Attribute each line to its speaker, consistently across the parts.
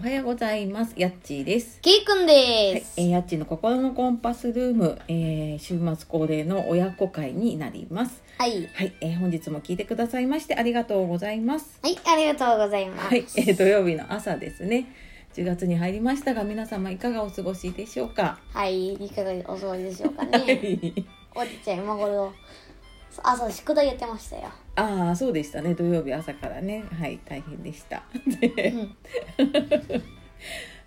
Speaker 1: おはようございます。やっちーです。
Speaker 2: ケイくん
Speaker 1: はい
Speaker 2: で、す、
Speaker 1: えー、やっちーの心のコンパスルーム、えー、週末恒例の親子会になります。
Speaker 2: はい、
Speaker 1: はい、えー、本日も聞いてくださいましてありがとうございます。
Speaker 2: はい、ありがとうございます。
Speaker 1: はい、えー、土曜日の朝ですね。10月に入りましたが、皆様いかがお過ごしでしょうか。
Speaker 2: はい、いかがお過ごしでしょうか
Speaker 1: は
Speaker 2: ね。
Speaker 1: い。
Speaker 2: おじちゃん、今頃、朝宿題やってました よ。
Speaker 1: ああ、そうでしたね。土曜日朝からね。はい、大変でした。
Speaker 2: う
Speaker 1: で
Speaker 2: ん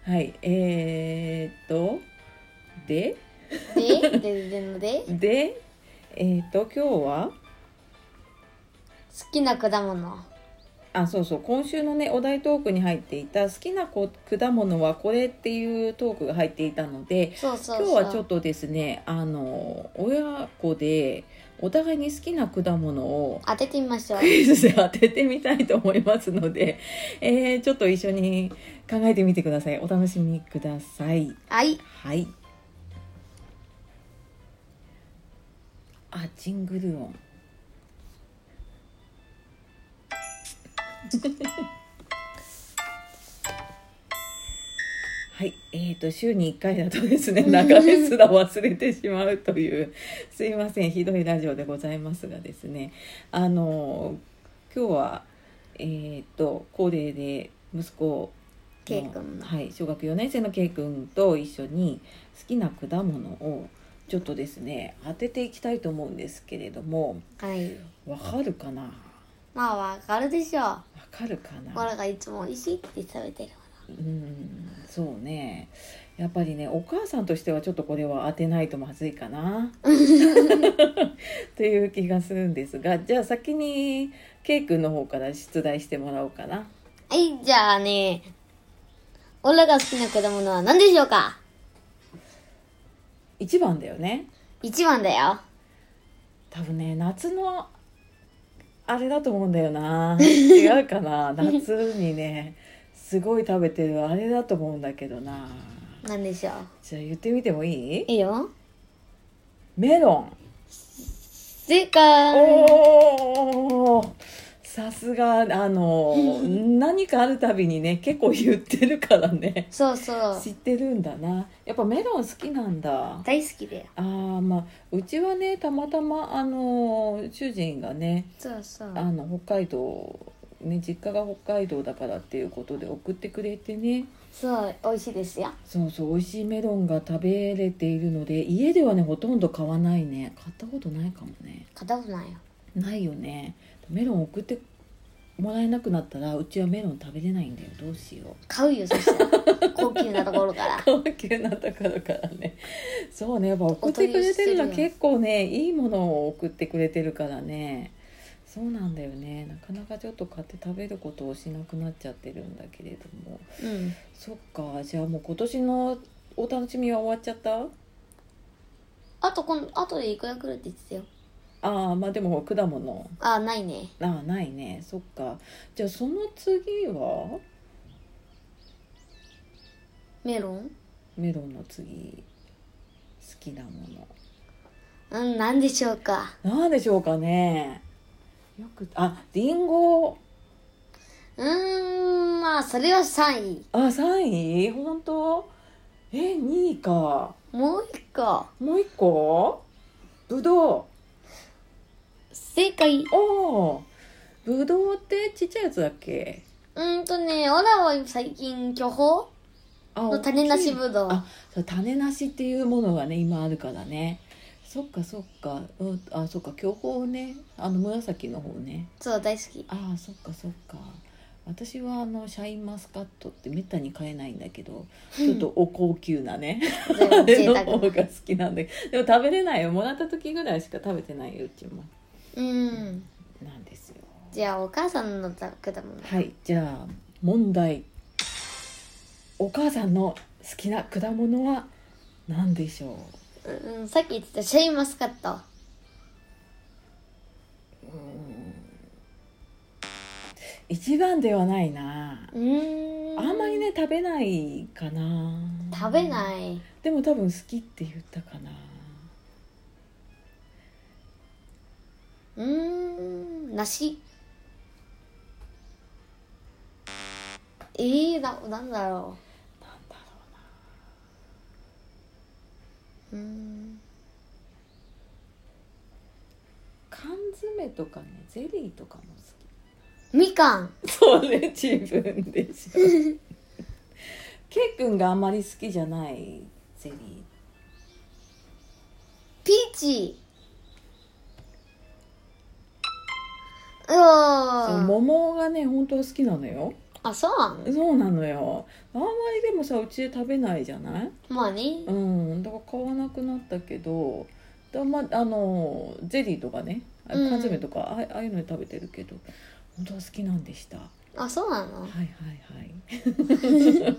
Speaker 1: はい、えー、っと、で、
Speaker 2: で、で、で、でので、好
Speaker 1: で、えー、っと、今日は、
Speaker 2: きな果物。
Speaker 1: あそうそう今週のねお題トークに入っていた好きなこ果物はこれっていうトークが入っていたので
Speaker 2: そうそう
Speaker 1: 今
Speaker 2: そう。
Speaker 1: 日はちょっとですねあの親子でお互いに好きな果物を
Speaker 2: 当ててみましょう
Speaker 1: ク。イズで当ててみたいと思いますので、えーちょっと一緒に考えてみてくださいお楽しみください
Speaker 2: はい、
Speaker 1: はいあジングル音 はい、えー、と週に1回だとですね流れすら忘れてしまうというすいませんひどいラジオでございますがですねあの今日はえっ、と高齢で息子の
Speaker 2: K 君
Speaker 1: はい、小学4年生の K 君と一緒に好きな果物をちょっとですね当てていきたいと思うんですけれども
Speaker 2: はい。
Speaker 1: わかるかなわ
Speaker 2: まあ、わかるでしょう。
Speaker 1: かるかな
Speaker 2: 我らがいつも美味しいって食べてるか
Speaker 1: うんそうねやっぱりねお母さんとしてはちょっとこれは当てないとまずいか なという気がするんですがじゃあ先に K 君の方から出題してもらおうかな
Speaker 2: ら。はい、じゃあね、俺らが好きな果物は何でしょうか
Speaker 1: 1番だよね
Speaker 2: 一番だよ。
Speaker 1: 多分ね夏のあれだと思うんだよな違うかな夏にねすごい食べてるあれだと思うんだけどな
Speaker 2: 何でしょう
Speaker 1: じゃあ言ってみてもいい
Speaker 2: いいよ。
Speaker 1: メロン
Speaker 2: 正解
Speaker 1: おおさすがあの何かあるたびにね結構言ってるからね
Speaker 2: そうそう
Speaker 1: 知ってるんだなやっぱメロン好きなんだ
Speaker 2: 大好きだよ
Speaker 1: あーまあうちはねたまたまあの主人がね
Speaker 2: そうそう
Speaker 1: あの北海道ね実家が北海道だからっていうことで送ってくれてね
Speaker 2: そう美味しいですよ
Speaker 1: そうそう美味しいメロンが食べれているので家ではねほとんど買わないね買ったことないかもね
Speaker 2: 片方ないよ
Speaker 1: ないよねメロン送ってもらえなくなったらうちはメロン食べれないんだよどうしよう
Speaker 2: 買うよそしたら 高級なところから
Speaker 1: 高級なところからね そうねやっぱ送ってくれてるのは結構ねいいものを送ってくれてるからねそうなんだよねなかなかちょっと買って食べることをしなくなっちゃってるんだけれども
Speaker 2: うん
Speaker 1: そっかじゃあもう今年のお楽しみは終わっちゃった
Speaker 2: あと今あとでいくら来るって言ってたよ
Speaker 1: ああまあでも果物
Speaker 2: あないね
Speaker 1: ああないねそっかじゃあその次は
Speaker 2: メロン
Speaker 1: メロンの次好きなもの
Speaker 2: うんなんでしょうか
Speaker 1: なんでしょうかねよくありんご
Speaker 2: うーんまあそれは3位
Speaker 1: あ、3位本当え、2位か。
Speaker 2: もう一個
Speaker 1: もう1個ぶど
Speaker 2: 正解
Speaker 1: う。おー。ぶどうってちっちゃいやつだっけ
Speaker 2: うーんとねオラは最近巨峰
Speaker 1: あ
Speaker 2: の種なし
Speaker 1: 大きい
Speaker 2: ぶどう
Speaker 1: あそう種なしっていうものがね、今あるからね。そっかそっか。うん、あ、そっか、巨峰ね。あの、紫の方ね。
Speaker 2: そう大好 き
Speaker 1: ああ、そっかそっか。私はあのシャインマスカットってめったに買えないんだけどちょっとお高級なね
Speaker 2: でも
Speaker 1: 彼
Speaker 2: 贅
Speaker 1: の
Speaker 2: 沢な
Speaker 1: 方が好きなんででも食べれないよもらった時ぐらいしか食べてないようちも
Speaker 2: うん
Speaker 1: なんですよ
Speaker 2: じゃあお母さんの果物
Speaker 1: はいじゃあ問題お母さんの好きな果物は何でしょ
Speaker 2: うん、さっき言ってたシャインマスカット
Speaker 1: う一番ではないな
Speaker 2: うーん
Speaker 1: あんまりね食べないかな
Speaker 2: 食べない
Speaker 1: でも多分好きって言ったかな
Speaker 2: うーん梨えー、ななん
Speaker 1: なんだ
Speaker 2: だろ
Speaker 1: ろうな
Speaker 2: ううーん
Speaker 1: 缶詰とかねゼリーとかも好
Speaker 2: みかん
Speaker 1: きそれ自分でし ょケイ君があまり好きじゃないゼリー
Speaker 2: ピーチうわ
Speaker 1: その
Speaker 2: ー
Speaker 1: 桃がね本当は好きなのよ
Speaker 2: あそうなの
Speaker 1: そうなのよあんまりでもさうちで食べないじゃない
Speaker 2: まあね
Speaker 1: うんだから買わなくなったけどだ、まあのゼリーとかねあ
Speaker 2: うん
Speaker 1: 缶詰とか、あああいうので食べてるけど本当は好きなんでした
Speaker 2: あそうな
Speaker 1: は
Speaker 2: の
Speaker 1: いはいはい はいはいはい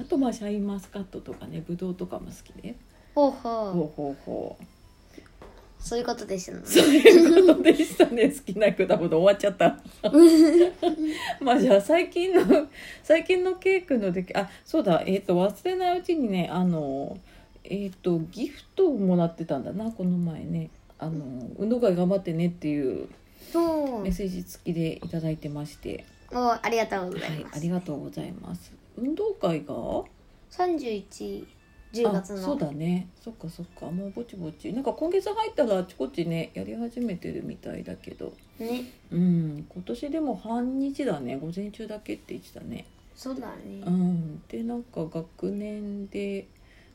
Speaker 1: あとまあシャインマスカットとかねぶどうとかも好きで
Speaker 2: ほう
Speaker 1: ほ
Speaker 2: ほ
Speaker 1: うほうほう
Speaker 2: うそういうことでしたね
Speaker 1: そういうことでしたね好きな果物終わっちゃった まあじゃあ最近の最近のケイ君の出来あそうだえっ、と忘れないうちにねあのえっ、とギフトをもらってたんだなこの前ねあの運動会頑張ってねっていう
Speaker 2: そう
Speaker 1: メッセージ付きでいただいてまして、
Speaker 2: おありがとうござ
Speaker 1: はいい
Speaker 2: ま、す、
Speaker 1: ありがとうございます運動会が
Speaker 2: 31 10
Speaker 1: あ
Speaker 2: 月の
Speaker 1: そうだねそっかそっかもうぼちぼちなんか今月入ったらあちこちねやり始めてるみたいだけど
Speaker 2: ね
Speaker 1: うん今年でも半日だね午前中だけって言ってたね
Speaker 2: そうだね
Speaker 1: うんでなんか学年で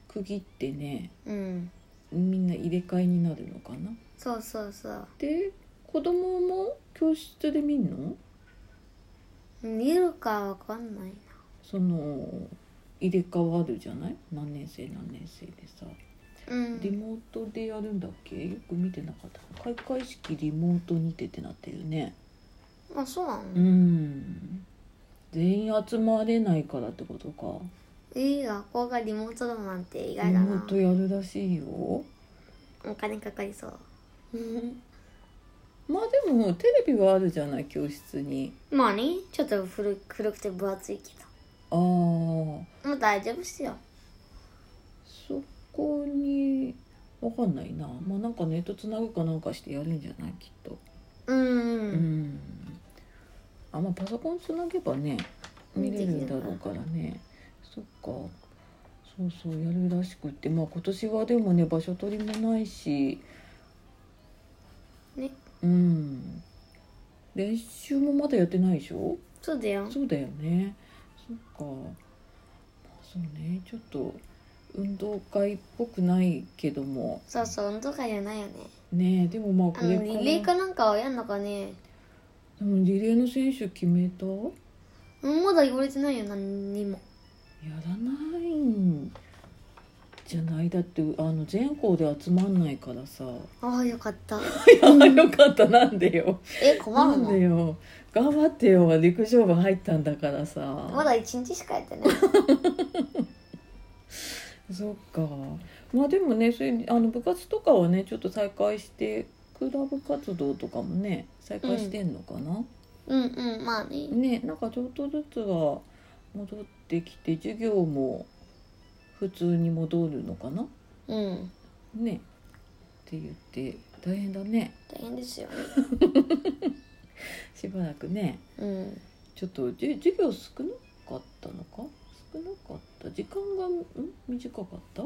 Speaker 1: 区切ってね
Speaker 2: うん
Speaker 1: みんな入れ替えになるのかな
Speaker 2: そうそうそう
Speaker 1: で子供も教室で見んの
Speaker 2: 見るかわかんないな
Speaker 1: その入れ替わるじゃない何年生何年生でさ
Speaker 2: う
Speaker 1: リ
Speaker 2: ん
Speaker 1: モートでやるんだっけよく見てなかった開会式リモートにてってなってるね
Speaker 2: あそうなの、
Speaker 1: うん全員集まれないからってことか
Speaker 2: いい学校がリモートだなんて意外
Speaker 1: リ
Speaker 2: だ
Speaker 1: モー
Speaker 2: な
Speaker 1: トやるらしいよ
Speaker 2: お金かかりそう
Speaker 1: まあでもテレビはあるじゃない教室に
Speaker 2: まあねちょっと古い古くて分厚いけ
Speaker 1: ああ
Speaker 2: どもう大丈夫っすよ
Speaker 1: そこにわかんないなまあなんかネットつなぐかなんかしてやるんじゃないきっと
Speaker 2: うん
Speaker 1: う
Speaker 2: うん
Speaker 1: んあまあパソコンつなげばね見れるんだろうからねそっかそうそうやるらしくってまあ今年はでもね場所取りもないし
Speaker 2: ね
Speaker 1: うん練習もまだやってないでしょ
Speaker 2: そうだよ
Speaker 1: そうだよねそっか、まあ、そうねちょっと運動会っぽくないけども
Speaker 2: そうそう運動会じゃないよね
Speaker 1: ねえでもまあ
Speaker 2: あ
Speaker 1: これ
Speaker 2: の
Speaker 1: から
Speaker 2: リレーかなんかはやんのかね
Speaker 1: でもリレーの選手決めたや
Speaker 2: うんまだ言われてないよ何にも
Speaker 1: らないんじゃないだってあの全校で集まんないから さ
Speaker 2: ああよかった
Speaker 1: いやよかったなんでよ
Speaker 2: え困
Speaker 1: な
Speaker 2: る
Speaker 1: んで
Speaker 2: の
Speaker 1: よ頑張ってよ陸上部入ったんだからさ
Speaker 2: まだ一日しかやってない
Speaker 1: そっかまあでもねそういうあの部活とかはねちょっと再開してクラブ活動とかもね再開してんのかな、
Speaker 2: うんうんまあね
Speaker 1: ねなんかちょっとずつは戻ってきて授業も普通に戻るのかな
Speaker 2: うん
Speaker 1: ねって言って大変だね
Speaker 2: 大変ですよね
Speaker 1: しばらくね
Speaker 2: うん
Speaker 1: ちょっとじ授業少なかったのか少なかった時間がん短かった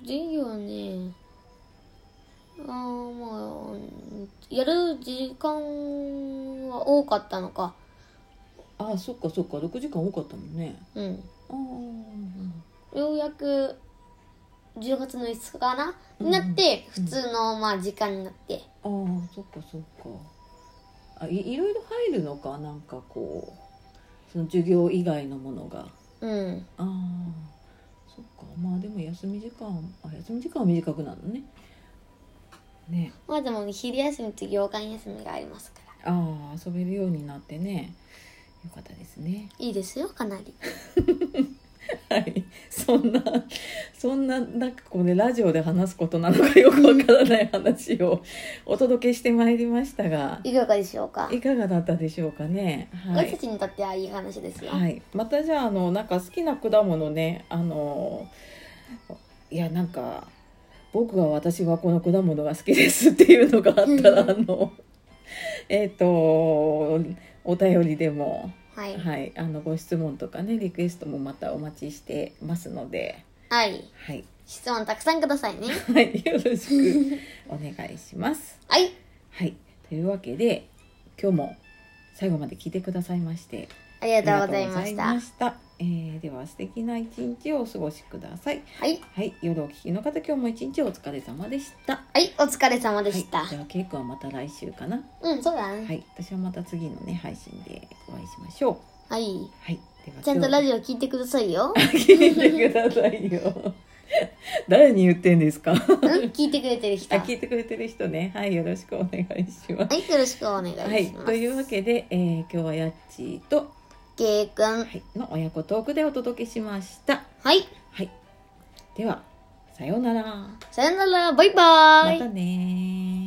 Speaker 2: 授業ねあーまあやる時間は多かったのか
Speaker 1: あそっかそっか6時間多かったもんね
Speaker 2: うん
Speaker 1: ああ
Speaker 2: ようやく10月の5日かな、
Speaker 1: うん
Speaker 2: になって普通のまあ時間になって
Speaker 1: ああそっかそっかあいいろいろ入るのかなんかこうその授業以外のものが
Speaker 2: うん
Speaker 1: ああそっかまあでも休み時間あ休み時間は短くなるのねね
Speaker 2: まあでも昼休みと夜間休みがありますから
Speaker 1: ああ遊べるようになってねよかったですね
Speaker 2: いいですよかなり
Speaker 1: はいそんなそんななんかこうねラジオで話すことなのかよくわからない話をお届けしてまいりましたが
Speaker 2: いかがでしょうか、
Speaker 1: いかがだったでしょうかねはい
Speaker 2: 私たちにとってはいい話ですよ、
Speaker 1: はい、またじゃああのなんか好きな果物ねあのいやなんか僕は私はこの果物が好きですっていうのがあったらあのえっとお便りでも
Speaker 2: はい。
Speaker 1: はい、あのご質問とかねリクエストもまたお待ちしてますので、
Speaker 2: はい。
Speaker 1: はい、
Speaker 2: 質問たくさんくださ いね。
Speaker 1: はい、よろ しくお願いします。
Speaker 2: はい。
Speaker 1: はい、というわけで今日も最後まで聞いてくださいまして
Speaker 2: ありがとうございま
Speaker 1: あり
Speaker 2: し
Speaker 1: がとう
Speaker 2: た。は
Speaker 1: ございしたえーでは素敵な一日をお過ごしください。
Speaker 2: い。
Speaker 1: はい、夜お聞きの方今日も一日お疲れ様でした。
Speaker 2: はい。お疲れ様でした。
Speaker 1: はい、じゃあケイ君はまた来週かな。
Speaker 2: うん、そうだね。
Speaker 1: はい、私はまた次のね配信でお会いしましょう。
Speaker 2: はい。
Speaker 1: はい、では
Speaker 2: ちゃんとラ
Speaker 1: ジ
Speaker 2: ジオ聞いてくださ い
Speaker 1: オ
Speaker 2: よ。
Speaker 1: 聞いてくださいよ。 誰に言ってんですか。
Speaker 2: うん、聞いてくれてる人。
Speaker 1: あ、
Speaker 2: は
Speaker 1: 聞いてくれてる人ね。はい、よろしくお願いします。
Speaker 2: い。よろしくお願いします。
Speaker 1: はい、というわけで、えー今日はやっちーと、
Speaker 2: けいくん。
Speaker 1: はい、の親子トークでお届けしました。
Speaker 2: はい。
Speaker 1: はい、では、さようなら。
Speaker 2: さよなら。バイバーイ。
Speaker 1: またねー